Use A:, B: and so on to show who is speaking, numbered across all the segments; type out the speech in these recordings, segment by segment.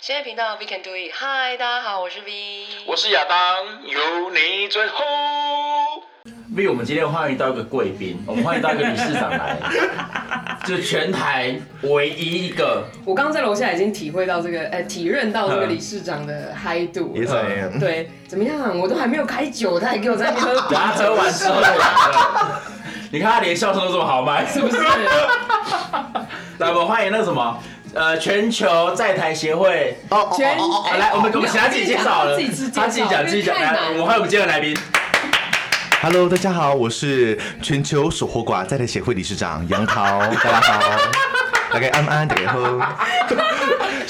A: 深夜频道 We Can Do It。嗨，大家好，我是 V。
B: 我是亚当，有你最后。
C: 为我们今天欢迎到一个贵 宾，我们欢迎到一个理事长来，就全台唯一一个，
D: 我刚刚在楼下已经体会到这个，呃，体认到这个理事长的嗨度。
E: 也
C: 呃
E: 怎样？
D: 对，怎么样？我都还没有开酒，他还给我在那边喝
C: 等他喝完之后，你看他连笑声都这么豪 迈，是不是？ 来，我们欢迎那个什么，呃，全球在台协会，呃
E: 哦哦
D: 全
E: 哦
C: 好来，我们我们请他自己介绍了，
D: 哎自己自己介绍
C: 他自己讲自己讲，
D: 因为太
C: 来，
D: 难了
C: 我们欢迎我们今天的来宾，
E: ！Hello，大家好，我是全球守活寡在的协会理事长杨桃， 大家好，大家安安，大 家好。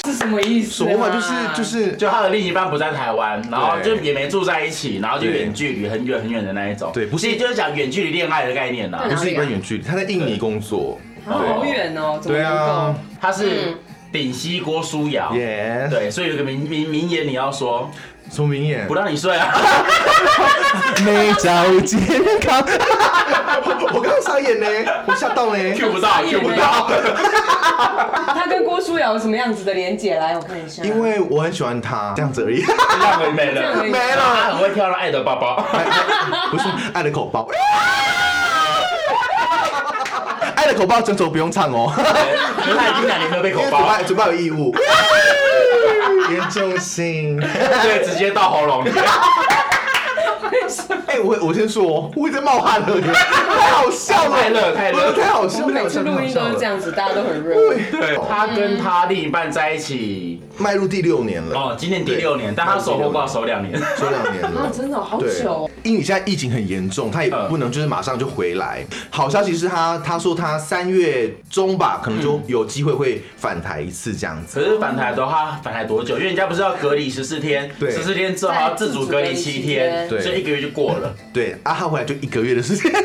D: 是什么意思
E: 守
D: 啊？
E: 活寡就是就是
C: 就他的另一半不在台湾，然后就
E: 对
C: 也没住在一起，然后就
E: 对
C: 远距离，很远很远的那一种，
E: 对不是
C: 其实就是讲远距离恋爱的概念呐、
D: 对
E: 不
D: 啊
E: 是一般远距离，他在印尼工作。
D: 好
E: 对
D: 远哦，怎么
E: 对
D: 能
E: 啊
D: 够？
C: 他是
D: 嗯
C: 顶西郭书瑶，
E: 耶，
C: 对，所以有个名名名言你要说，
E: 什么名言
C: 不？让你睡 啊！
E: 没找健康。我刚刚傻眼呢，我吓到嘞。
C: Q 不到，Q 不到。
D: 他跟郭书瑶有什么样子的连结？来，我看一下。
E: 因为我很喜欢他，这样子而已。
C: 浪费没
D: 这样
C: 了，
D: 而已
C: 没了。他很会跳到爱的抱抱，
E: 不是爱的口爆。 爱的口爆整首不用唱哦。
C: 可是他已经两年 没有被口
E: 因为嘴
C: 爆
E: 巴，嘴巴有异物，严重性。
C: 对，直接到喉咙里面。
E: 哎、我我先说，我已经冒汗了，太好笑了，
C: 太热太热
E: 我太好笑
D: 我
E: 了，
D: 每次
E: 太好笑了，
D: 录
E: 太好
D: 音
E: 笑
D: 都是这
E: 了。
D: 样子，大家都很热。
C: 对他跟他另一半在一起，
E: 迈入第六年了，
C: 哦，今年第六年，但他守护挂守两年。
E: 说两年
D: 啊
E: 了，。
D: 真的好
E: 对
D: 久哦。，
E: 因为现在疫情很严重，他也
C: 嗯
E: 不能就是马上就回来。好消息是他，他说他三月中吧，可能就有机会会返台一次这样子。
C: 可是返台的话，返台多久？因为人家不是要隔离十四天，
E: 对
C: 十四天之后还要自主隔离七天，
D: 再自主
E: 隔离七
C: 所
E: 天
C: 以一个月就过了。
E: 对，啊，他回来就一个月的时间。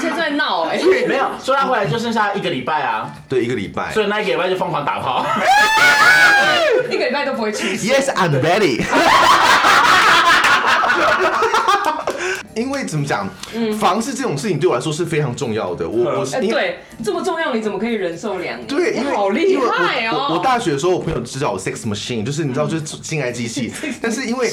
D: 现在在闹哎，
C: 没有，所以他回来就剩下一个礼拜啊，
E: 对，一个礼拜
C: 所。以那一个礼拜就疯狂打炮。
D: 一个礼拜都不会出现。
E: Yes, I'm ready 。 因为怎么讲，房事这种事情对我来说是非常重要的。
C: 嗯
E: 我我是
D: 哎，
E: 因为
D: 对，这么重要，你怎么可以忍受两年？
E: 对，
D: 你
E: 因为
D: 好厉
E: 因为我
D: 害哦！
E: 我我大学的时候，我朋友知道我 sex machine，就是你知道，就是性爱机 器。但是因为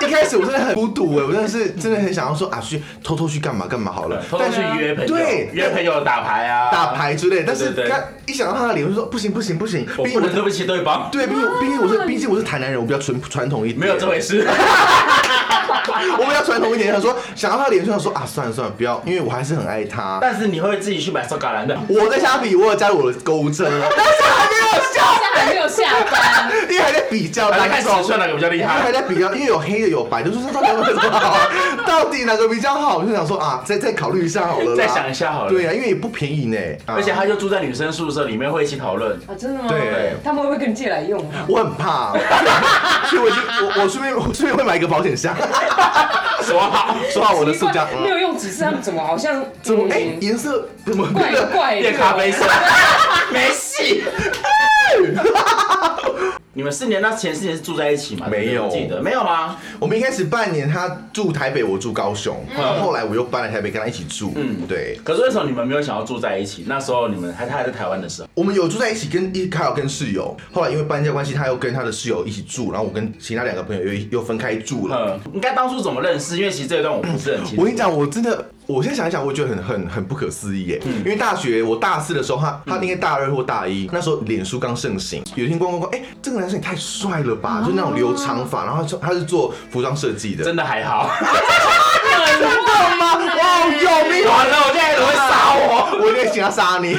E: 一开始我真的很孤独哎，我真的是真的很想要说啊，去偷偷去干嘛干嘛好了。
C: 偷偷
E: 但
C: 去
E: 是
C: 约朋友，
E: 对
C: 约朋友啊打牌啊，
E: 打，牌之类，但是
C: 对对对
E: 刚一想到他的脸，我就说不行不行不行，
C: 我
E: 毕竟
C: 不
E: 我
C: 能对不起对方，
E: 对，毕竟我毕竟我是毕竟我是台南人，我比较传传统一点。
C: 没有这回事。
E: 我比较传统一点，他说想到他脸，就想说啊，算了算了，不要，因为我还是很爱他。
C: 但是你会自己去买苏格兰的，
E: 我在虾皮，我有加入我的购物 车，但是还没有
D: 现
E: 效，
D: 在还没有下班。
E: 因为还在比较
C: 还
E: 当
C: 在看尺
E: 中。
C: 寸哪个比较厉
E: 因为还
C: 害。
E: 在比较，因为有黑的有白的，就是到底哪个比较好，到底哪个比较好？我就想说啊，再再考虑一下好了啦，
C: 再想一下好了
E: 对啊，因为也不便宜呢，啊
C: 而且他就住在女生宿舍里面，会一起讨论。
D: 啊，真的吗？
E: 对
D: 他们会不会跟你借来用啊？
E: 我很怕，所以我就我我顺便我顺便会买一个保险箱，
C: 什么好？
E: 说好我的塑胶，
D: 奇怪没
E: 嗯
D: 有用几次，他们怎么好像
E: 怎么
D: 嗯
E: 哎颜色怎么
D: 怪怪的
C: 变咖啡色， 没戏。你们四年，那前四年是住在一起吗？
E: 没有
C: 我记得没有吗？
E: 我们一开始半年他住台北，我住高雄，后来我又搬来台北跟他一起住。
C: 嗯
E: 嗯，对，
C: 可是为什么你们没有想要住在一起？那时候你们还他还在台湾的时候，
E: 我们有住在一起跟，一开始有跟室友，后来因为搬家关系，他又跟他的室友一起住，然后我跟其他两个朋友又又分开住了。
C: 嗯，应该当初怎么认识？因为其实这一段我不是很清楚。
E: 我跟你讲，我真的，我现在想一想，我觉得很很很不可思议耶。
C: 嗯
E: 因为大学我大四的时候，他他应该大二或大一，那时候脸书刚盛行，有一天光光光，哎、这个男生也太帅了吧，就那种留长发，然后他就他是做服装设计的，
C: 哦真的还好。
D: 真的吗？
E: 哇，有命！
C: 完了，我现在怎么会杀我？
E: 我一定请他杀你。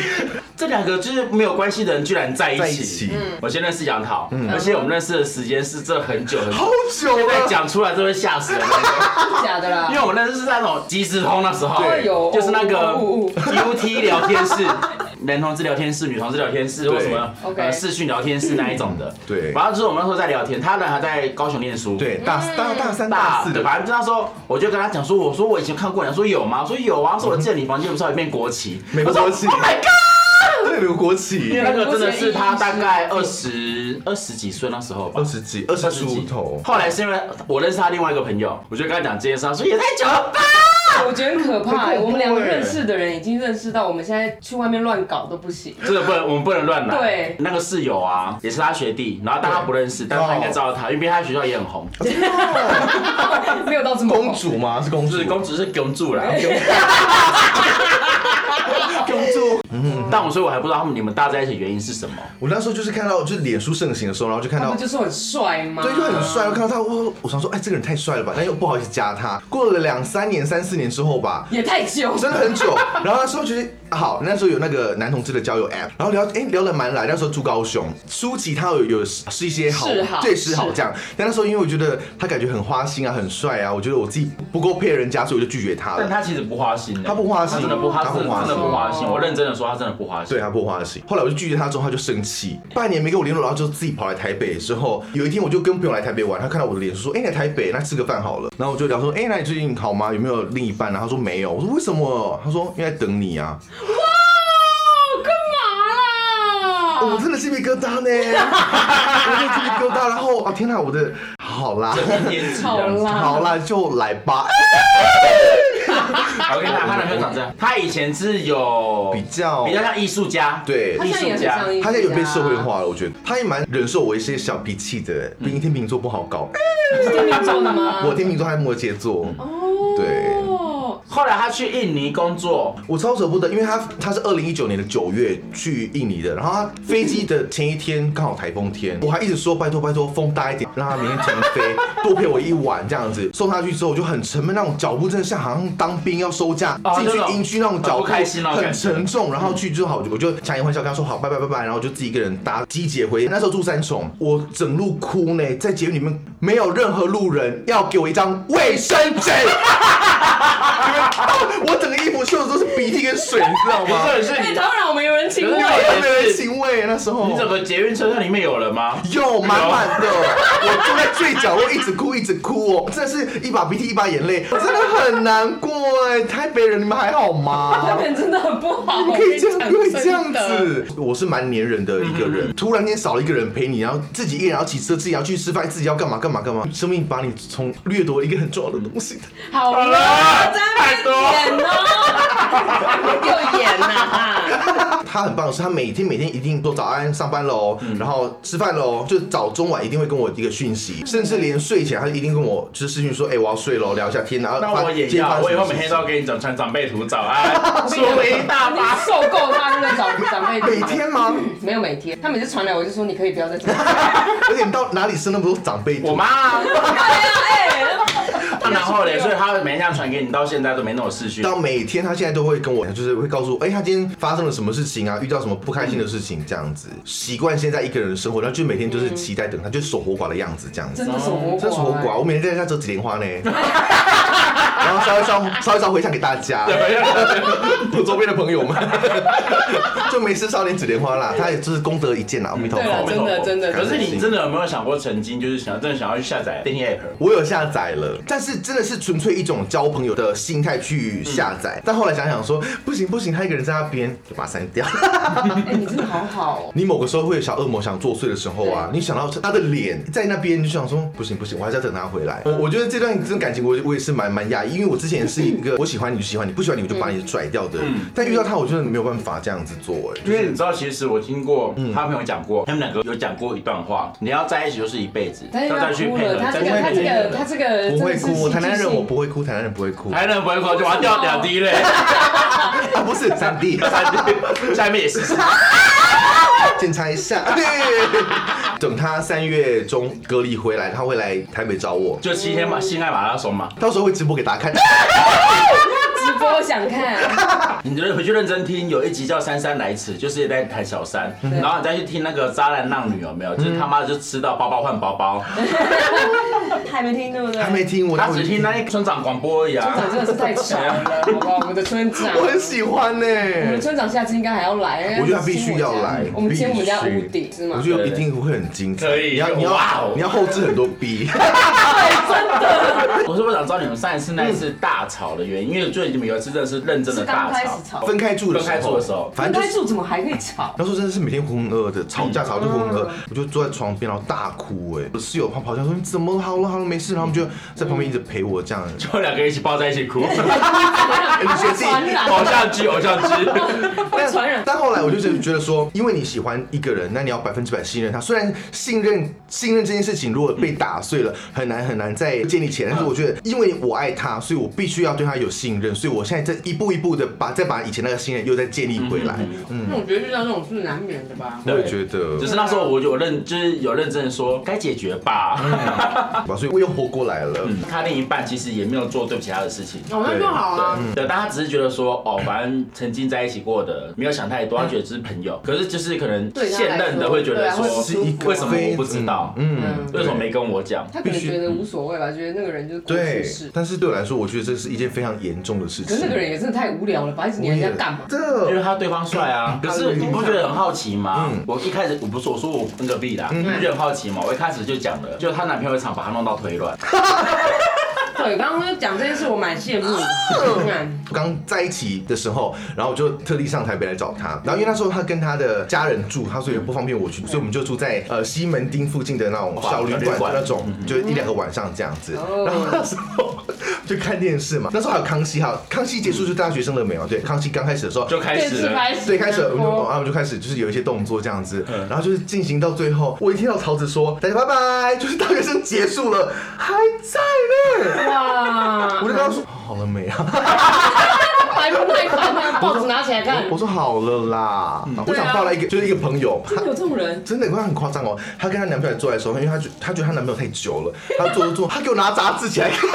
C: 这两个就是没有关系的人，居然在一起。
E: 在一起嗯
C: 我先认识杨桃，而且我们认识的时间是这很久很久，
E: 好啊久
C: 现在
E: 了，
C: 讲出来都会吓死人的。
D: 是假的啦
C: 因。为我们认识是在那种即时通那时候，
D: 对有
C: 就是那个
D: 哦哦
C: UT 聊天室。男同志聊天室、女同志聊天室，或什么
D: 对
C: 呃
D: OK
C: 视讯聊天室那一种的，
E: 对
C: 然后就是我们那时候在聊天，他呢还在高雄念书，
E: 对，大
D: 嗯
E: 大大三
C: 大
E: 大
C: 四
E: 四
C: 的，
E: 的
C: 反正那时候我就跟他讲说，我说我以前看过，人家说有吗？我说有啊，我说我记得你房间不是有一面国旗，
E: 美国
C: 我说
E: 国旗
C: Oh my god！
E: 对，啊美国国
C: 因为
E: 旗，
C: 那个真的是他大概二十二十几岁那时候吧
E: 二。十几，二十出头。
C: 后来是因为我认识他另外一个朋友，我就跟他讲这件事，他说也太久了吧。
D: 我觉得很可怕、
E: 很恐怖
D: 我们两个
E: 欸
D: 认识的人已经认识到，我们现在去外面乱搞都不 行。
C: 这个不能，我们不能乱来。
D: 对
C: 那个室友啊，也是他学弟，然后大家不认识，但是他应该知道
E: 哦
C: 他，因为他在学校也很红，
D: 没有到这么
E: 公主吗？是公
C: 不
E: 主，
C: 是公主是公主啦。
E: 公主。
C: 嗯但我所以我还不知道他们你们大在一起的原因是什么。
E: 我那时候就是看到，就是脸书盛行的时候，然后就看
D: 他
E: 到
D: 不，就是很帅吗？
E: 对，就很帅。我看到他，我我想说，哎，这个人太帅了吧，但又不好意思加他。过了两三年、三四年之后吧，
D: 也太久，哦
E: 真的很久。然后那时候觉得好，那时候有那个男同志的交友 app，然后聊哎、聊得蛮来。那时候住高雄，舒淇她有有是一些好
D: 示好
E: 对是好
D: 是
E: 这样。但那时候因为我觉得他感觉很花心啊，很帅啊，我觉得我自己不够配人家，所以我就拒绝他
C: 但
E: 了。
C: 他其实不花心的，
E: 他不花心
C: 他真的不花，
E: 他
C: 他
E: 不
C: 真
E: 花
C: 的
E: 心
C: 真的不花心。我认真的说，他真的不花心。
E: 对啊他不花心，后来我就拒绝他之后，他就生气，半年没跟我联络，然后就自己跑来台北。之后有一天我就跟朋友来台北玩，他看到我的脸书说：“哎、你来台北，那吃个饭好了。”然后我就聊说：“哎、那你最近好吗？有没有另一半啊？”然后他说：“没有。”我说：“为什么？”他说：“因为在等你啊。”
D: 干嘛
E: 哦我
D: 啦？
E: 真的鸡皮疙瘩呢，我真的 鸡皮疙瘩。然后啊，天哪，我的好啦，
C: 一年级 这样子
D: 好啦
E: 好啦，就来吧。
C: 我跟你讲，他男朋友长这样，他以前是有
E: 比较
C: 比较像艺术家，，
E: 对
D: 他，现啊在也很像艺术家
E: 他现在有被社会，化了，我觉得他也蛮忍受我一些小脾气的，毕竟天秤座不好搞，
D: 是天秤座的吗？
E: 我天秤座还摩羯座，
D: 哦，
E: 对
C: 后来他去印尼工作，
E: 我超舍不得，因为他他是二零一九年的九月去印尼的，然后他飞机的前一天刚好台风天，我还一直说拜托拜托风大一点，让他明天停飞，多陪我一晚这样子。送他去之后我就很沉闷，那种脚步真的像好像当兵要收假
C: 哦
E: 进去
C: 那种
E: 营区那种脚步，
C: 很不开心那种啊
E: 很
C: 感觉
E: 沉重。然后去之后我就我就强颜欢笑跟他说好拜拜拜拜，然后我就自己一个人搭机姐回。那时候住三重，我整路哭呢，在节目里面没有任何路人要给我一张卫生纸。 我整个衣服袖子都是鼻涕跟水，你知道吗？
C: 这是
D: 哎，
C: 你，
D: 当然我们有人请
C: 可是
D: 我。
C: 我
E: 特别人情味那时候。
C: 你整个捷运车厢里面有人吗？
E: 有满满的，我坐在最角落一直哭一直哭哦，真的是一把鼻涕一把眼泪，我真的很难过哎。台北人你们还好
D: 他
E: 吗？
D: 们真的很不好，
E: 你可以这样，你可以这样
D: 我跟你讲真的。嗯
E: 子。我是蛮粘人的一个人，突然间少了一个人陪你，然后自己一个人要骑车，自己要去吃饭，自己要干嘛干嘛干嘛，生命把你从掠夺一个很重要的东西。
D: 好
C: 好了
D: 了，在那
C: 太
D: 边
C: 多
D: 演哦，又演啊呐，
E: 他很棒的是，他每天每天一定都早安上班喽，
C: 嗯
E: 然后吃饭喽，就早中晚一定会跟我一个讯息，甚至连睡前他就一定跟我就是视讯说，哎、我要睡喽，聊一下天，然后
C: 那我也
E: 今天
C: 要，
E: 发生
C: 我以
E: 什
C: 后
E: 么
C: 每天
E: 事
C: 都要给你整传长辈图早 安，说了一大
D: 你
C: 把。
D: 受够他那个长长辈
E: 每天 吗？
D: 没有每天，他每次传来我就说你可以不要再 传。
E: 而且你到哪里生那么多长辈？
C: 我妈、啊，
D: 哎，
C: 那然后嘞，所以他每天这样传给你，到现在都没那种视讯。
E: 到每天他现在都会跟我，就是会告诉我，哎、他今天发生了什么事情啊，遇到什么不开心的事情，这样子，习惯现在一个人的生活，然后就每天就是期待等他，就是守活寡的样子，这样 子
D: 真。的手活寡，啊
E: 这是活寡，我每天在家折纸莲花呢，然后稍微稍稍微稍微回想给大家。
C: 啊
E: 我周边的朋友们，就没事少年紫莲花啦，他也就是功德一件啦，阿弥陀
D: 对了，
E: 佛。
D: 真的真的，
C: 可是你真的有没有想过，曾经就是想真的想要去下载电竞 app？
E: 我有下载了，但是真的是纯粹一种交朋友的心态去下载，但后来想想说，不行不行，他一个人在那边，就把它删掉。
D: 哎，你真的好好哦。
E: 你某个时候会有小恶魔想作祟的时候啊，你想到他的脸在那边，你就想说不行不行，我还是要等他回来。我我觉得这段这种感情我，我也是蛮蛮压抑，因为我之前是一个我喜欢你就喜欢你，不喜欢你我就把你甩掉的人。但遇到他，我真的没有办法这样子做、哎，
C: 因为你知道，其实我听过
D: 嗯
C: 他朋友讲过，他们两个有讲过一段话：你要在一起就是一辈子，
D: 但是
C: 要再
D: 他
C: 去
D: 哭
C: 配合
D: 了，，他
C: 再
D: 这
C: 去
D: 个他这
C: 配
D: 个
C: 合。
D: 他这个
E: 不会
D: 呃真的是
E: 哭，台南
D: 戏剧
E: 人
D: 性
E: 我不会哭，台南人不会哭
C: 台南不会哭，就要掉两滴泪，
E: 啊，不是三 弟，
C: 下面也是。
E: 检查一下。 等他三月中隔离回来，他会来台北找我，
C: 就七天嘛，性爱马拉松嘛，
E: 到时候会直播给大 家看。
D: 直播想看，
C: 你就回去认真听，有一集叫《姗姗来迟》，就是也在谈小三，
D: 对
C: 然后你再去听那个渣男浪女有
D: 嗯
C: 没有，就是他妈的就吃到包包换包 包，
D: 还没听对不对？
E: 还没听我，
C: 他只听那一村长广播而已
D: 村
C: 啊
D: 长。真的是太吵了，好不好？我们的村长，
E: 我很喜欢呢、
D: 我们村长下次应该还要来，
E: 我觉得他必须要来，
D: 我们
E: 必须
D: 先我们家屋顶是吗
E: 我？觉得一定会很精彩。
C: 可以
E: 你要你要
C: 哇哦
E: 你要后置很 多 B，
C: 我是我想知道你们上一次那一次大吵的原因，因为就已经们有一次真的是认真的
D: 是刚
C: 大
D: 开
C: 吵
D: 始，吵，
E: 分开住的时
C: 分开住
E: 候，
C: 的时候
E: 反
D: 分
E: 正就
D: 开
E: 是。
D: 住怎么还可以 吵？
E: 那时候真的是每天浑浑噩噩的吵架，吵到就浑浑噩噩
D: 嗯，
E: 我就坐在床边，然后大哭哎、我室友跑跑下说你怎么了好了好了没事，然后他们就在旁边一直陪我这样，
C: 就两个人一起抱在一 起哭，
E: 而且自己
D: 传染
C: 偶像剧，偶像剧。
D: 会传染。
E: 但后来我就觉得觉得说，因为你喜欢一个人，那你要百分之百信任他。虽然信任信任这件事情如果被打碎了，很难很难再建立起来。
D: 嗯
E: 但是我觉得，因为我爱他，所以我必须要对他有信任。所以我现在在一步一步的把再把以前那个信任又再建立回来。嗯，
D: 那我觉得遇到这种是难免的吧。
E: 我也觉得
C: 只，是那时候我就有认，就是有认真的说该解决吧。
E: 所以我又活过来了。
C: 他另一半其实也没有做对不起他的事情。
D: 哦，那就好啊。
C: 对，对，但他只是觉得说，哦，反正曾经在一起过的，没有想太多，他觉得只是朋友。可是就是可能
D: 对他来
C: 现任的会觉得
D: 对啊
C: 说
D: 会，
E: 是一个
C: 为什么我不知道
E: 非嗯，
D: 嗯，
C: 为什么没跟我讲？
D: 他可能觉得无所谓吧，觉得那个人就是过去
E: 对
D: 式。。
E: 但是对我来说，我觉得这是一件非常严重的事
D: 可
E: 情。
D: 是那个人也真的太无聊了吧，一直黏人家干嘛？
E: 真
C: 因为
E: 的，
C: 他对方帅啊，可是你不觉得很好奇吗？
E: 嗯
C: 我一开始我不是我说我分个屁啦，你不觉得很好奇吗？我一开始就讲了，就她男朋友一场把她弄到腿软，
D: 对，刚刚讲这件事，我蛮羡慕的。
E: 哦
D: 你看，
E: 刚在一起的时候，然后我就特地上台北来找他。然后因为那时候他跟他的家人住，他所以不方便我
D: 嗯
E: 去，所以我们就住在呃西门町附近的那种小旅
C: 小旅
E: 馆，
C: 馆
E: 那种就一两个晚上这样子。
D: 哦
E: 然后那时候就看电视嘛，那时候还有康熙，还有康熙结束就是大学生了没有？对，康熙刚开始的时候。
C: 就开始了。
D: 始
E: 最开始我们就，然
D: 哦
E: 后我们就开始就是有一些动作这样子
C: 嗯，
E: 然后就是进行到最后，我一听到桃子说大家拜拜，就是大学生结束了， 还在呢，
D: 哇，
E: 我就跟他说哦好了没啊？
D: 还不耐烦啊，报纸拿起来看
E: 我。说好了啦，我想到了一个，啊就是一个朋友，
D: 真的有这种人？
E: 真的，她很夸张哦。她跟她男朋友坐在候，因为她觉她觉得她男朋友太久 了，她坐着坐，她给我拿杂志起 来看，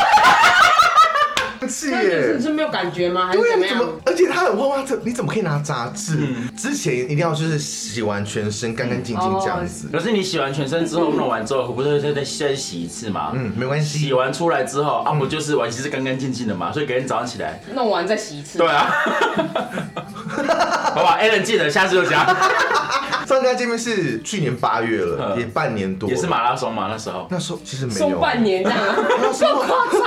E: 生气
D: 那你
E: 耶
D: 是。是没有感觉吗？还是
E: 对呀，啊
D: 怎么
E: 你怎
D: 样？
E: 么？而且她很问她，这你怎么可以拿杂志？之前一定要就是洗完全身，干干净净这样子。
C: 可是你洗完全身之后，弄完之后，不是再再再洗一次吗？
E: 嗯，没关
C: 洗
E: 系。
C: 完出来之后啊，不就是完其实干干净净的嘛，所以隔天早上起来，
D: 弄完再洗一 次。
C: 对啊， 好吧，Allen 记得下次就加，
E: 上次她见面是去年八月了，
C: 嗯
E: 也半年多，
C: 也是。马拉松嘛那时候，
E: 那时候其实没有
D: 送半年这样 啊，
E: 那时候
D: 夸张。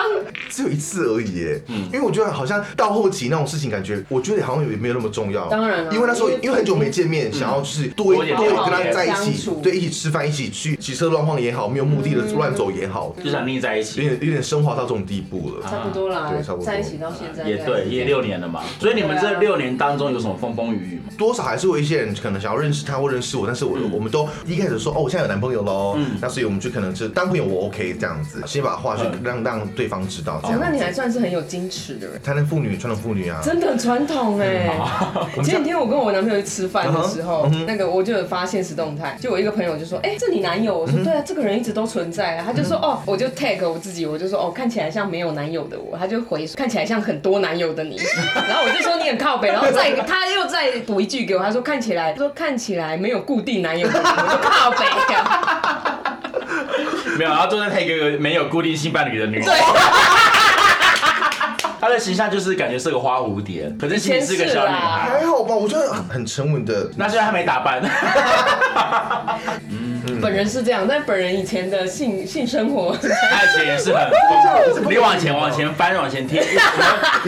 E: 只有一次而已耶，
C: 嗯
E: 因为我觉得好像到后期那种事情，感觉我觉得好像也没有那么重要。
D: 当然啊
E: 因为那时候
D: 因为
E: 因为很久没见面，想要就是多一
C: 嗯多一点
E: 多一
C: 交
E: 跟
C: 流
E: 他在一
D: 相
E: 起
D: 处，嗯
E: 对，一起吃饭，一起去骑车乱晃也好，没有目的的乱走也好，
C: 就想腻在一
E: 有
C: 起。
E: 点有点升华到这种地步了。
D: 差不多啦
E: 对差不，多
D: 在一起到现在
C: 也对，啊也六年了嘛，所以你们这六年当中有什么风风雨雨吗？
E: 多少还是有一些人可能想要认识他或认识我，但是我、
D: 嗯
E: 我们都一开始说哦，我现在有男朋友喽，那所以我们就可能是当朋友我 OK 这样子，先把话去
C: 嗯
E: 让让对方知道这
D: 哦
E: 样，
D: 那你还
E: 子。
D: 算是很有矜持的人，
E: 台南妇女传统妇女啊，
D: 真的很传统 哎。前几天我跟我男朋友去吃饭的时候
E: 嗯哼，
D: 那个我就有发现实动态，就我一个朋友就说：“哎，这你男友？”我
E: 嗯
D: 说：“对啊，这个人一直都存在啊。”他就说：“哦，我就 tag 我自己，我就说哦，看起来像没有男友的我。”他就回说：“看起来像很多男友的你。” 然后我就说：“你很靠北。”然后再他又再补一句给我，他说：“看起来，他说看起来没有固定男友的你。”我就靠北啊，
C: 没有，然后坐在他一个没有固定性伴侣的女人，
D: 对。
C: 她的形象就是感觉是个花蝴蝶，可是心里是个小女孩。
E: 还好吧，我觉得很很沉稳的
C: 那虽然她没打扮，
E: 嗯
D: 本人是这样，但本人以前的性性生 活，
C: 爱情也是很丰富。你往前往前翻，往前 听，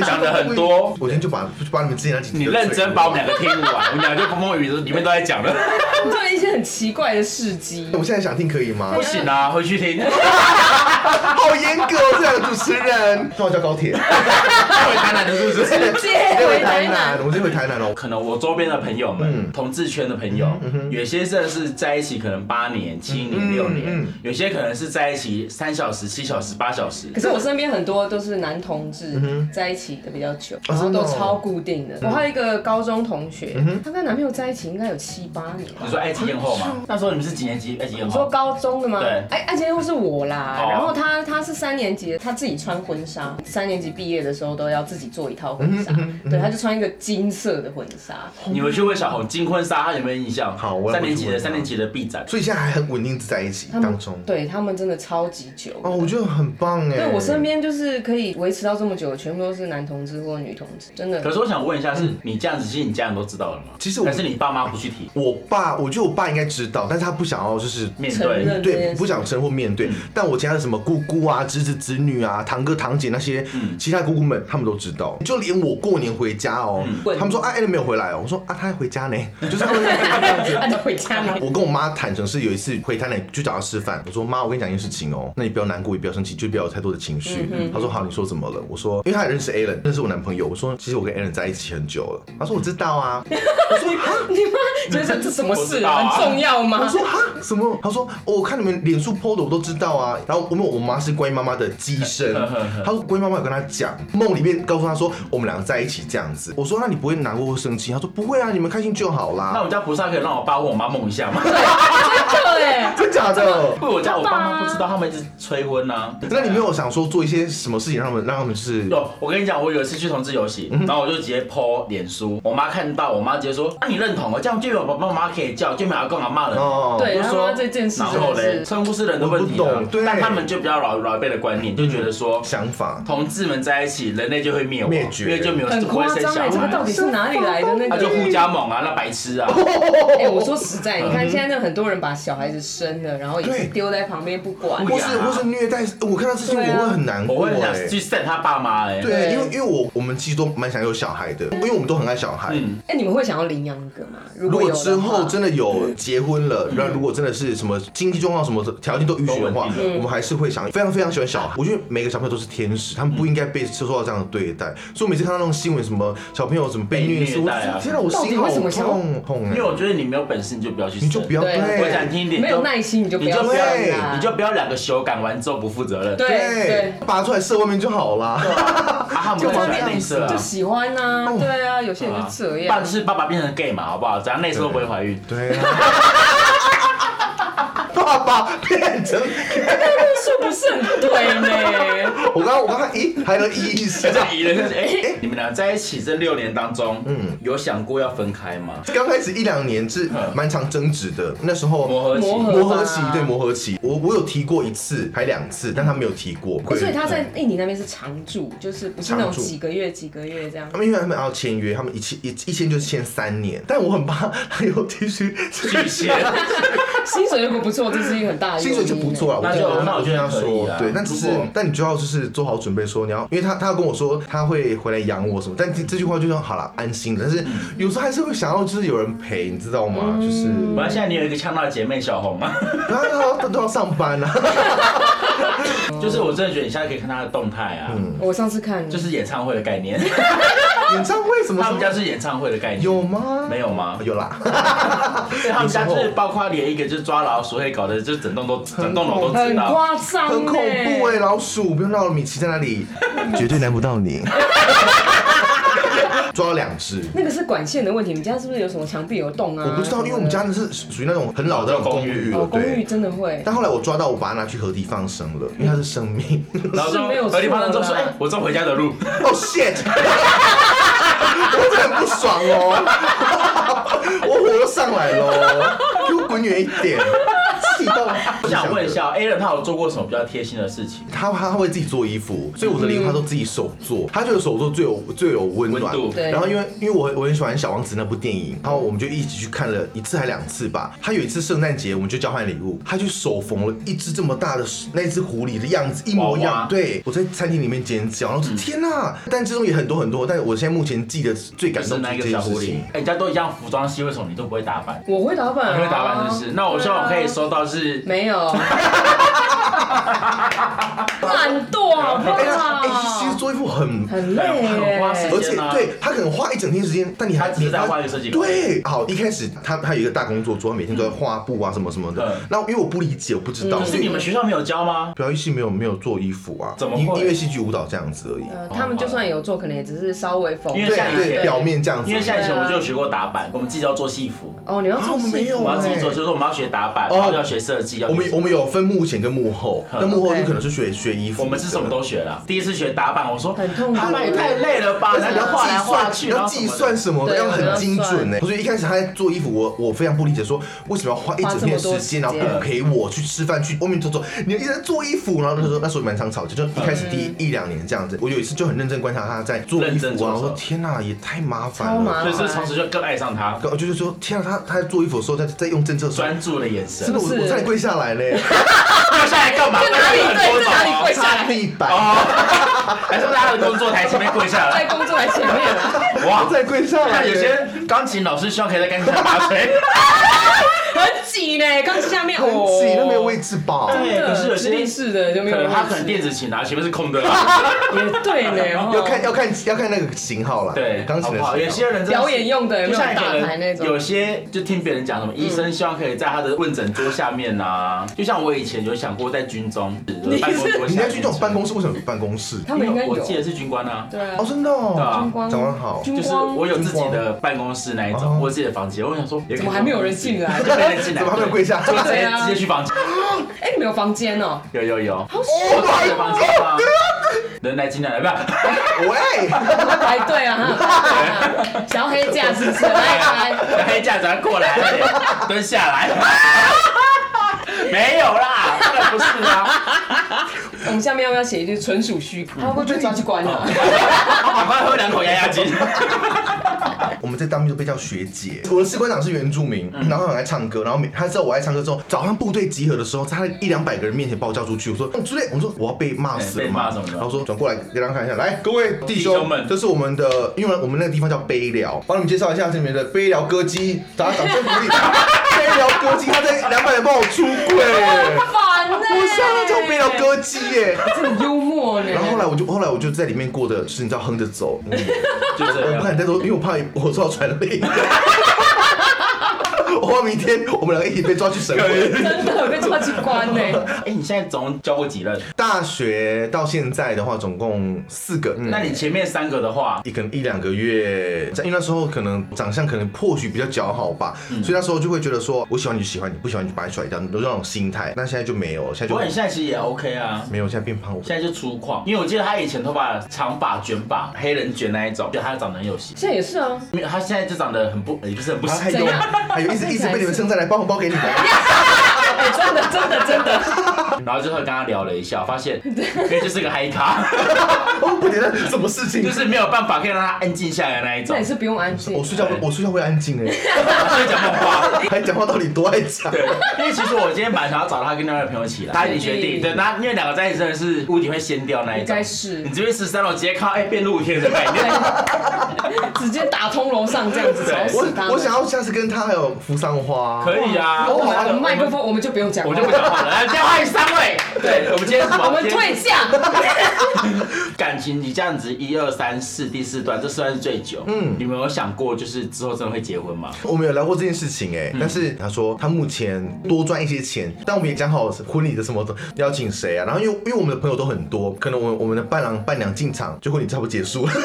C: 讲的很多。
E: 我今天就把就把你们之前那几集
C: 你认真把我们两个听完，我们两个就风风雨雨里面都在讲 了。
D: 做了一些很奇怪的事迹。
E: 我现在想听可以吗
C: 不？行啊，回去 听，
E: 好严格哦，这两个主持 人。帮我叫高铁，
C: 回台南的是不是？
D: 接
E: 这
D: 回台南，，
E: 我这回台南哦。
C: 可能我周边的朋友们，同志圈的朋友，有些真的是在一起可能八年、七年、六年
E: 嗯，
C: 有些可能是在一起三小时、七小时、八小时
D: 可。是我身边很多都是男同志在一起的比较久，然后
E: 真的
D: 都
E: 嗯哦嗯
D: 超固定的。我还有一个高中同学，她跟男朋友在一起应该有七八年吧
E: 哦
C: 你。说爱情艳后吗？那时候你们是几年级？爱情艳
D: 你说
C: 后？
D: 高中的吗？
C: 对
D: 哎，而且又是我啦。
C: 哦
D: 然后她她是三年级，她自己穿婚纱，三年级毕业的时候都要自己做一套婚纱。
E: 嗯
D: 对，她就穿一个金色的婚纱。
C: 你回去问小红金婚纱，她有没有印象？
E: 好我要
C: 三年级
E: 回
C: 的
E: 去问她
C: 三年级的 B 展，
E: 所以现在还很稳定在一起
D: 他们
E: 当中。
D: 对他们真的超级久
E: 哦，我觉得很棒哎。
D: 对我身边就是可以维持到这么久，全部都是男同志或女同志，真
C: 可
D: 的。
C: 是我想问一下，是你这样子，其实你家人都知道了吗？
E: 嗯其实我
C: 还是你爸妈不去提，
E: 我爸，我觉得我爸应该知道，但是他不想要就是
C: 面
D: 承认
C: 对。
E: 对不想承认或面对。但我其他的什么姑姑姑啊、侄子侄女啊、堂哥堂姐那些其他姑姑们，他们都知道。就连我过年回家哦，
D: 嗯
E: 他们说啊，艾伦没有回来哦，我说啊，他还回家呢， 就是他们这样子。
D: 他就 回家了。
E: 我跟我妈坦诚是有一次回台南去找她吃饭，我说妈，我跟你讲一件事情哦，那你不要难过，也不要生气，就不要有太多的情绪。她说好，你说怎么了？我说因为她也认识 Alan，认识我男朋友。我说其实我跟 Alan 在一起很久了。她说我知道啊。我说哈，
D: 你妈觉得这什么
C: 我知
D: 事
C: 道啊
D: 很重要
E: 我
D: 吗？
E: 说哈什么？她说哦我看你们脸书 PO 的我都知道啊。然后我们我妈是关于妈妈的机身，她说关于妈妈有跟她讲，梦里面告诉她说我们两个在一起这样子。我说那你不会难过或生气？她说不会啊，你们开心就好
C: 那
E: 啦。
C: 我家菩萨可以让我爸问我妈梦一下吗？
D: 对，
E: 真假的？
C: 不，我家我爸妈不知道，他们一直催婚啊。
E: 那你没有想说做一些什么事情让他们让他们就是
C: 有，我跟你讲，我有一次去同志游戏，
E: 嗯
C: 然后我就直接 po 脸书，我妈看到，我妈直接说：“啊，你认同哦，这样就有爸爸妈妈可以叫，就没有跟我骂人。”
E: 哦，
D: 对
C: 我就
D: 他
C: 说
D: 妈这件事
C: 然后
D: 真的
C: 嘞，
D: 是
C: 称呼是人的问题
E: 我不
C: 啊
E: 懂对，
C: 但他们就比较老老一辈的观念，就觉得说
E: 想法，
C: 同志们在一起，人类就会灭亡，
E: 灭绝
C: 因为就没有
D: 很
C: 不会
D: 夸
C: 生
D: 张
C: 小
D: 哎，这个到
C: 孩
D: 底。是哪里来的那
C: 他就嗯
D: 个？
C: 互加盟啊，那白痴啊！
D: 哎，我说实在，你看现在那很多人把小孩子生了，然后也
E: 对
D: 是丢在旁边不管
C: 不。
E: 或
C: 一样
E: 是
C: 啊
E: 或是虐待，我看到这些我
D: 对啊
E: 会很难
C: 我
E: 过
C: 会很想
E: 哎。
C: 去 set 他爸妈哎。
E: 对，啊
D: 对
E: 因为因为我我们其实都蛮想有小孩的，因为我们都很爱小孩。
C: 嗯，
D: 哎，你们会想要领养一个吗？如果
E: 如果
D: 有的
E: 之后
D: 话
E: 真的有结婚了，然后如果真的是什么经济状况、什么条件都允许的话
C: 都稳，
E: 我们还是会想非常非常喜欢小孩。我觉得每个小朋友都是天使，他们不应该被受到这样的对待。所以我每次看到那种新闻，什么小朋友怎么被
C: 被
E: 虐
C: 虐
E: 死，我
C: 待啊
E: 天哪，我
D: 到底
E: 心好
D: 为什么想要
E: 痛痛
C: 因
E: 哎
C: 为！我觉得你没有本事，你就不要去生。
E: 你就不要
D: 对
E: 对，
C: 我想听一点，
D: 没有耐心，你就不
C: 你
D: 要
C: 就不要
D: 生啦
C: 你就不要两个修改完之后不负责任。
D: 对
E: 对
D: 对，，
E: 拔出来射外面就好啦。
C: 啊，他们
D: 就
C: 都
D: 这
C: 在内
D: 样
C: 射
D: 子，
C: 啊
D: 就。喜欢呐、
E: 哦
D: 对啊，有些人就这
C: 不然
D: 样
C: 就。是爸爸变成 gay 嘛，好不好？只要内射都不会怀孕。
E: 对啊。爸爸变成，
D: 说不是很对呢，
E: 我刚刚我刚刚咦，还有意思
C: 这，样疑人 就是哎、你们俩在一起这六年当中，嗯，有想过要分开吗？
E: 刚开始一两年是蛮常争执的，那时候
C: 嗯磨合期，
D: 磨合
E: 磨合期
D: 吧
E: 对磨合期，我我有提过一次还两次，但他没有提过。
D: 哦所以他在印尼那边是常住，就是不是那种几个月几个月这样
E: 他。们因为他们要签约，他们一签一一签就是签三年，但我很怕 他有继续
C: 巨蟹，
D: 薪水如果不错，这是一个很大的
E: 薪水就不错啊了，
C: 那
E: 觉
C: 就
E: 得
C: 那我觉得
E: 要
C: 可以
E: 说
C: 啦
E: 对，但只是
C: 啊如果
E: 但你就要就是做好准备说你要，因为他他要跟我说他会回来养我什么，但这这句话就说好了安心的，但
C: 嗯
E: 是有时候还是会想要就是有人陪，你知道吗？就是
C: 我 要现在你有一个呛到的姐妹小红吗？
E: 然后他他都要上班啊，
D: 嗯
C: 就是我真的觉得你现在可以看她的动态啊，
E: 嗯
D: 我上次看
C: 就是演唱会的概念，
E: 演唱会什么
C: 他
E: 什
C: 们家
E: 么
C: 是演唱会的概念，
E: 嗯有吗？
C: 没有吗？
E: 有啦，
C: 对，他们家
E: 有
C: 就
E: 时
C: 是
E: 候
C: 包括连一个就是抓老鼠会搞的，就整栋都整栋楼都知
D: 很
C: 道。
D: 夸张，
E: 很恐怖哎、。老鼠，不用闹了，米奇在 哪里？绝对难不到你。 抓了两只，
D: 那个是管线的问题，你们家是不是有什么墙壁有洞啊？
E: 我不知道，因为我们家那是属于那种很老的那种公寓了
D: 哦，，公寓嗯
E: 对。
D: 真的会。
E: 但后来我抓到，我把它拿去河堤放生了，因为它是生命。
C: 然后
D: 是没有
C: 就合理
D: 错
C: 发生之后
D: 啦
C: 说，哎、我走回家的路，
E: 哦、shit！我真的很不爽哦， 我火都上来了，哦给我滚远一点，气到。
C: 我想问一 下，A 人他有做过什么比较贴心的事情？
E: 他他会自己做衣服，所以我的零花都自己手做，他觉得手做最有最有温暖
C: 温。度
D: 对
E: 然后因为因为我我很喜欢《小王子》那部电影，然后我们就一起去看了一次还两次吧。他有一次圣诞节我们就交换礼物，他去手缝了一只这么大的那只狐狸的样子一模一
C: 娃
E: 样
C: 娃。嗯
E: 对，我在餐厅里面尖叫，然后说天呐！但这中也很多很多，但我现在目前记得最
C: 就
E: 感
C: 是
E: 动的
C: 那
E: 这
C: 个
E: 件
C: 小
E: 事
C: 狐狸
E: 情。，
C: 人家都一样服装系，为什么你都不会打扮？
D: 我会打板、啊，
C: 你会打扮是不是？那我希望我可以收到是
D: 对啊。没 有，懒惰好不
E: 哎呀，哎，其实
D: 好？
E: 做衣服很
D: 很累
C: 很花时
D: 耶
C: 间。啊
E: 而且对他可能花一整天时间，但你还
C: 他只是在画一个设计稿
E: 对，好，一开始他他有一个大工作桌，他每天都在画布啊什么什么的
C: 嗯。
E: 那因为我不理解，我不知道，
C: 是
E: 所
C: 你
E: 以
C: 们学校没有教吗？
E: 表演系没有没有做衣服啊，
C: 怎么
E: 音
C: 会
E: 音乐、戏剧、舞蹈这样子而已。
D: 呃，他们就算有做，可能也只是稍微缝。
C: 因为像
E: 对
C: 以
E: 对，
C: 前，
E: 表面这样子
C: 因为。像以前我们就有学过打板，我们自己要做戏服，
D: 哦，你要
E: 啊
D: 做
E: 我们没有
C: 我
E: 啊
C: 们要自己做，就是我们要学打板，
E: 哦
C: 然后要学设计，要
E: 我们我们有分幕前跟幕后，那幕后就可能是学学衣服
C: 嗯
E: 的。
C: 我们是什么都学了，第一次学打板，我说
D: 很痛苦
C: 打板也太啊累了吧，
E: 而
C: 然
E: 且你
C: 后
E: 要
C: 画来
E: 计
C: 画
E: 算，
C: 去，
E: 你要计算什么的，
D: 对
E: 要很精
D: 我要
E: 准
D: 算
E: 呢。我觉得一开始他在做衣服，我我非常不理解，说为什么要花一整天的时间，然
D: 花
E: 后
D: 这么多时间
E: 不陪我去吃饭，去外面走走，你一直在做衣服，然后那时候那时候也蛮常吵架，就一开始第一一两年这样
D: 嗯
E: 子。我有一次就很认真观察他在做衣
C: 认
E: 服
C: 真
E: 啊，
C: 做
E: 我说
C: 手
E: 天哪，也太麻烦
D: 超麻
E: 了。
C: 所以
D: 烦
C: 是从此就更爱上他，
E: 我就是说，天啊，他他在做衣服的时候，在在用政策手，
C: 专注的眼神
E: 真的，。我
D: 是
E: 我差点跪下来 嘞，
C: 掉下来干嘛？
D: 在哪里？对，在哪里跪下
E: 擦
D: 来？
E: 地板，
C: 哦，还是在他的工作台前面跪下
D: 在
C: 来？
D: 工作台前面啊，
C: 哇
E: 我，再跪下来
C: 那
E: 嘞。
C: 有些钢琴老师希望可以在钢琴上打水。
D: 很挤呢，钢琴下面
E: 很
D: 哦，
E: 挤，那没有位置吧？
C: 对，可是有
D: 指
C: 些
D: 定式的就没
C: 可
D: 有位
C: 能
D: 置，
C: 他可能电子琴啊，前面是空的啦。
D: 也对呢，哦
E: 要看要看要看那个型号啦，
C: 对，
E: 钢琴
C: 好
E: 的型
C: 不好
E: 号。
C: 有些人真的是
D: 表演用的有
C: 就
D: 没有
C: 像
D: 大
C: 有
D: 台
C: 人
D: 那种？嗯
C: 有些就听别人讲什么，医生希望可以在他的问诊桌下面啊，就像我以前有想过在军中
D: 你是
C: 办公桌下面，
E: 你要去这种办公室，为什么有办公室？
D: 他们应该
C: 因为我记
D: 有，
C: 得是军官啊。
D: 对啊
E: 哦，，真的哦，
C: 对啊
D: 军官
E: 长官好，
D: 军
C: 就是
D: 光
C: 我有自己的办公室那一
E: 哦
C: 种，我有自己的房间。我想说，哎
D: 怎么还没有人进啊来
C: 就没人进来，
E: 怎么还没有跪下
C: 就直
D: 对
C: 接
D: 啊
C: 直接去房间。
D: 哎，你们有房间哦，
C: 有有有，
D: 好啊
C: 我
D: 爽，
C: 自己的房间吗？人来进来了，不是？
E: 喂，
D: 排队啊，哈小黑架是不是？来来，
C: 黑架子要过来，蹲下来。 没有啦，当然不是啊，
D: 我们下面要不要写一句纯属虚构？他会不会被抓去关啊？
C: 赶快喝两口压压惊。
E: 我们在当兵就被叫学姐。
C: 嗯
E: 我的士官长是原住民，然后很爱唱歌，然后每他知道我爱唱歌之后，早上部队集合的时候，在他一两百个人面前把我叫出去，我说朱烈，我说我要被骂死了
C: 哎被
E: 嘛
C: 骂什么的
E: 然后说转过来给大家看一下，来各位弟
C: 弟
E: 兄
C: 兄们
E: 这是我们的，因为我们那个地方叫悲寮，帮你们介绍一下这里面的悲寮歌姬，大家掌声 鼓励。悲寮歌姬，他在两百人帮我出柜，
D: 烦呢，
E: 我上来叫悲寮歌姬耶。
D: 这很幽默呢。
E: 然后后 来我就后来我就在里面过的是你知道哼着走，嗯
C: 就这
E: 我不
C: 样。
E: 敢再说，因为我怕我受到传染。 我怕明天我们两个一起被抓去审问。
D: 真的被抓去关呢。
C: 哎，你现在总共教过几任？
D: 嗯
E: 大学到现在的话，总共四个。嗯
C: 那你前面三个的话，
E: 一可能一两个月，因为那时候可能长相可能或许比较姣好吧，
C: 嗯
E: 所以那时候就会觉得说，我喜欢你就喜欢你，不喜欢你就把你甩掉，都这种心态。那现在就没有，现在
C: 不过你
E: 就
C: 现在其实也 OK 啊。
E: 没有，现在变胖。我
C: 现在就粗犷，因为我记得他以前头发长发卷发，黑人卷那一种，觉得他长得很有型。
D: 现在也是啊，
C: 没有，他现在就长得很不，也不是很不
E: 然后还
C: 行。
E: 有
D: 怎样
E: 还有一直一直被你们称赞，来包红包给你们。
D: 哎，真的真的真的，
C: 然后就会跟他聊了一下，发 现因为就是个嗨咖，
E: 哦，不觉得什么事情
C: 就？是没有办法可以让他安静下来的那一种
D: 那也。是不用安静
E: 我。睡觉会我睡觉会安静哎，
C: 他会讲梦话。
E: 还讲话到底多爱讲。
C: 对，因为其实我今天本来想要找他跟另外一个朋友起来，他已经决定。对，那因为两个在一起真的是屋顶会掀掉那一种。
D: 应该是
C: 你这边十三楼直接靠，哎，变露天的概念。
D: 直接打通楼上这样子吵死他
E: 我
D: 们。
E: 我想要下次跟他还有扶桑花，
C: 可以啊，
D: 哦我
C: 我
D: 们
C: 们
D: 麦克风我们就不用讲话，
C: 我就不讲话了，来电话三位。对，我们今天什么？
D: 我们退下。
C: 感情，你这样子一二三四第四段，这算是最久。嗯，你们有想过就是之后真的会结婚吗？
E: 我们有聊过这件事情哎、但是他说他目前多赚一些钱，但我们也讲好婚礼的什么邀请谁啊，然后因为因为我们的朋友都很多，可能我们我们的伴郎伴娘进场，就婚礼差不多结束了，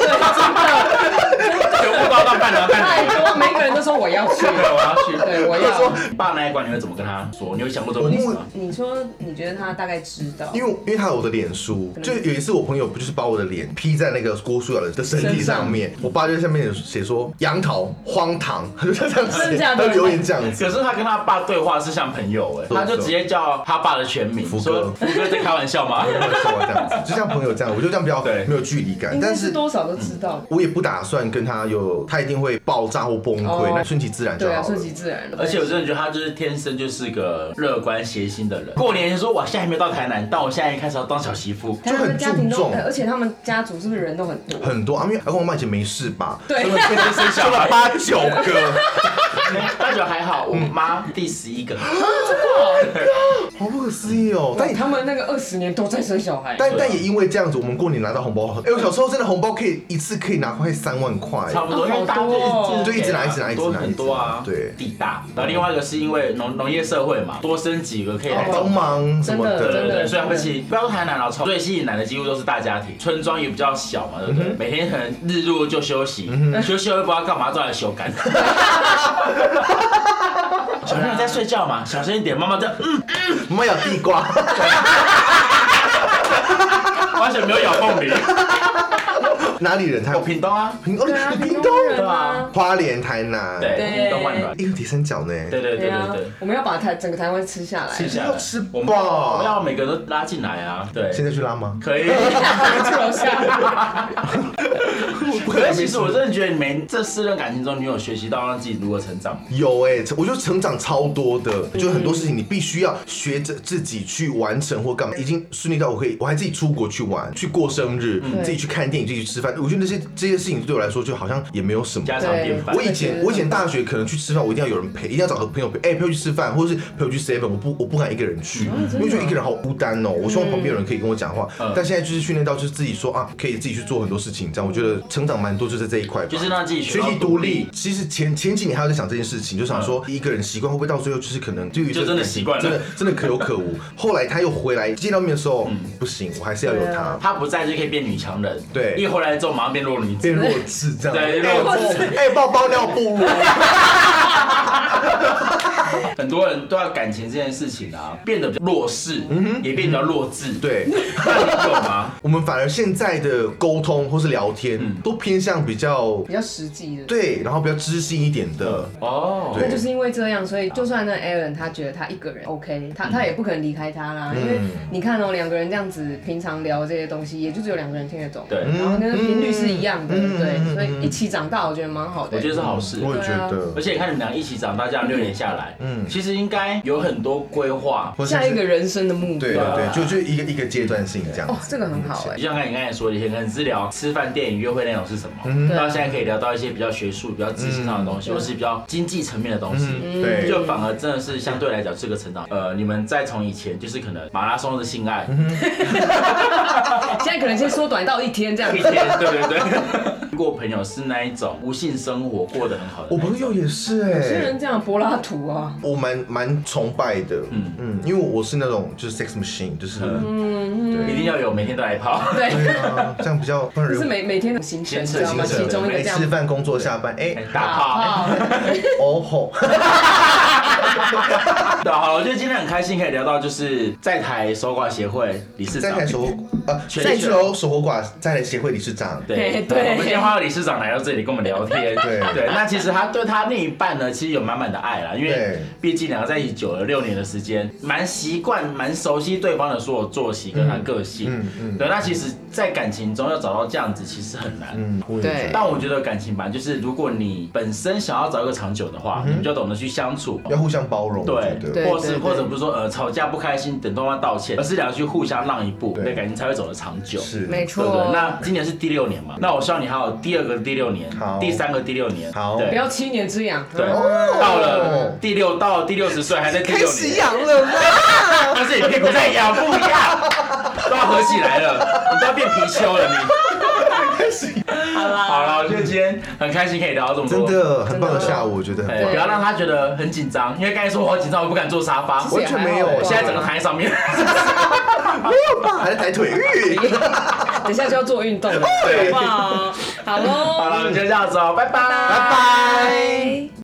C: 有不到到伴郎伴
D: 太
C: 娘。
D: 多，每个人都说我要去
C: 对，。我要去。
D: 对我要
C: 说，爸那一关你会怎么跟他说？你有想过这个问题吗？
D: 你说你觉得他大概知道？
E: 因为因为他有我的脸书，就有一次我朋友不就是把我的脸 P 在那个郭书瑶的身体上面，我爸就在下面写说杨桃荒唐， 他就这样
D: 真的
E: 写，
D: 假
E: 他
D: 的
E: 留言这样子。
C: 可是他跟他爸对话是像朋友哎，
E: 对
C: 他就直接叫他爸的全名，
E: 福哥
C: 说福哥在开玩笑 吗？
E: 这样子，就像朋友这样，我就这样比较
C: 对
E: 没有距离感，
D: 应该
E: 但
D: 是
E: 是
D: 多少都知道。
E: 我也不打算跟他有，他一定会爆炸或崩
D: 哦
E: 溃，那顺其自然就
D: 对啊，
E: 好了
D: 顺。其自然。
C: 而且我真的觉得他就是天生就是个乐观谐星的人。过年说我现在还没有到台南，但我现在开始要当小媳 妇。
D: 他们家庭
E: 就
D: 都，
E: 很注重
D: 而且他们家族是不是人都很多？
E: 很多啊，因为阿公阿妈以前没事吧？
D: 对
E: 所以天天生小孩八九个，
C: 那就还好，我妈第十 一个，
E: 好不可思议哦！但
D: 他们那个二十年都在生小孩，
E: 但但也因为这样子，我们过年拿到红包很，哎，我小时候真的红包可以一次可以拿快三万块，
C: 差不多，
D: 啊
C: 因为大家
D: 好多哦
C: 就
E: 就一直拿一直拿一直拿
C: 多很多啊，
E: 一直拿对
C: 地大。然后另外一个是因为农农业社会嘛，多生几个可以来
D: 哦
C: 种
E: 帮忙什么
C: 对
D: 真
C: 对
D: 的
E: 的。
C: 对，所以他们其实不要说台南老超，最吸引男的几乎都是大家庭，村庄也比较小嘛，对不
D: 嗯
C: 对？每天可能日入就休息，休息又不知道干嘛，照来修 改。小朋友在睡觉嘛，小声一点，妈妈在。嗯
E: 妈有地瓜，
C: 好险没有咬凤梨。
E: 哪里人才
C: 我
E: 有
C: 屏东啊，
E: 屏东
D: 对啊，
E: 屏
D: 屏
E: 东
D: 东人
C: 对
D: 啊
C: 啊。
E: 花莲台南，
C: 对，
D: 对哎
C: 屏东万软，
E: 一个铁三角呢，
C: 对对对对对，
D: 啊我们要把台整个台湾吃下来。
C: 吃下来
E: 要吃
C: 我们
E: 饱
C: 我们要每个都拉进来啊，对，
E: 现在去拉吗？
C: 可以。
D: 去楼下，
C: 可是其实我真的觉得你们这四段感情中，你有学习到让自己如何成长吗？
E: 有哎、我觉得成长超多的，
C: 嗯
E: 就很多事情你必须要学着自己去完成或干嘛，已经顺利到我可以，我还自己出国去玩，去过生日，
C: 嗯
E: 自己去看电影，自己去吃饭。我觉得那些这些事情对我来说就好像也没有什么。
C: 家常便饭
E: 我。以前我以前大学可能去吃饭，我一定要有人陪，一定要找个朋友陪，哎、陪我去吃饭，或者是陪我去 seven，我不我不敢一个人去，因为觉得一个人好孤单哦。我希望旁边有人可以跟我讲话，
C: 嗯
E: 但现在就是训练到就是自己说啊，可以自己去做很多事情，这样我觉得成长蛮多，就是这一块吧，
C: 就是让自己学
E: 学
C: 到嗯
E: 习独立。其实前前几年还有在想这件事情，就想说一个人习惯会不会到最后就是可能对于这
C: 就真的习惯了
E: 真的真的可有可无。后来他又回来见到面的时候，
C: 嗯
E: 不行，我还是要有
D: 对
E: 他
D: 啊，
C: 她不在就可以变女强人，
E: 对
C: 一回来之后马上变弱女子
E: 变。弱智这样。
C: 对
E: 哎
C: 弱
D: 智
E: 哎，抱包尿布哦。
C: 很多人都要感情这件事情啊，变得比较弱势，
E: 嗯
C: 也变得比较弱智。，
E: 对，
C: 那你有 吗？
E: 我们反而现在的沟通或是聊天都偏向比较
D: 比较实际的。
E: 对，然后比较知性一点的。
C: 哦，
E: 对
D: 那就是因为这样，所以就算那 Aaron 他觉得他一个人 OK，他
C: 嗯
D: 他也不可能离开他啦，因为你看哦，两个人这样子平常聊这些东西，也就只有两个人听得懂，
C: 对嗯
D: 然后那个频率是一样的，对，所以一起长大，我觉得蛮好的。
C: 我觉得是好事。
E: 我也觉得
D: 啊
C: 而，且你看你们俩一起长大，这样六年下来，嗯，其实应该有很多规划。
E: 或是
D: 下一个人生的目标，
E: 对对对，就就一个一个阶段性这样
D: 哦。，这个很好哎
C: 就、像刚才你刚才说的，以前可能是聊吃饭、电影、约会内容是什
E: 嗯
C: 么，到现在可以聊到一些比较学术、比较知识上的东西，或是比较经济层面的东西。
E: 嗯，对，
C: 就反而真的是相对来讲是个成长。呃，你们再从以前就是可能马拉松的性爱，
E: 嗯
D: 现在可能先缩短到一天这样
C: 一
D: 子。
C: 天，对对对。 如果朋友是那一种无性生活过得很好的那
E: 我
C: 一种，
E: 朋友也是
D: 有些
E: 哎。
D: 人这样柏拉图啊，
E: 我蛮蛮崇拜的，嗯嗯，因为我是那种就是 sex machine，就是
C: 一定要有每天都来泡。
D: 对，
E: 对啊，这样比较让
D: 就
E: 人
D: 是每每天的行程，
C: 行
D: 你
C: 程
D: 知道
C: 行
D: 吗？其
C: 程
D: 中一个
E: 没
D: 这样
E: 吃饭，工作下班，哎，
C: 打炮，
E: 哦吼，
C: 对，好，我觉得今天很开心，可以聊到就是在台守寡协会理事
E: 在
C: 长
E: 台，守护呃，
C: 全
E: 在
C: 球
E: 球守护寡在台协会理事长，
C: 对
D: 对对
C: 我们今天花到理事长来到这里跟我们聊天，
E: 对
C: 对，那其实他对他另一半呢，其实有满满的爱啦，因为
E: 对
C: 毕竟两个在一起久了六年的时间，蛮习惯、蛮熟悉对方的所有作息跟他个性，
E: 嗯嗯嗯
C: 对，那其实，在感情中要找到这样子其实很难，
E: 嗯，我也
D: 对
E: 觉得
C: 但我觉得感情吧，就是如果你本身想要找一个长久的话，你就懂得去相处。
E: 嗯要互相包容，我觉
C: 对
E: 得，
D: 对
C: 或是
D: 对
C: 或者不是说呃吵架不开心，等对方道歉，而是两个去互相让一步，
E: 对
C: 那感情才会走得长久。
E: 是
C: 对
D: 没
C: 不
D: 错
C: 对？。那今年是第六年嘛，那我希望你还有第二个第六年
E: 好，
C: 第三个第六年，
E: 好哦
D: 不
C: 对
D: 要七年之痒，
C: 对，到了第六到第六十岁还在第六年，
E: 痒了吗？
C: 但是你屁股在痒不一 样，都要合起来了，你都要变貔貅了你。
D: 好啦，
C: 好了，我觉得今天很开心可以聊到这么
E: 真
C: 多，
E: 的很棒的下午，我觉得很
C: 对，
E: 棒
C: 不要让他觉得很紧张，因为刚才说我好紧张，我不敢坐沙发，我
E: 完全没
D: 欸
E: 有，
C: 我现在整个躺在上 面。
E: 还在抬腿，嗯
D: 等一下就要做运动了，好不好？好喽，
C: 好了，我们就这样子哦，拜拜，拜
E: 拜拜。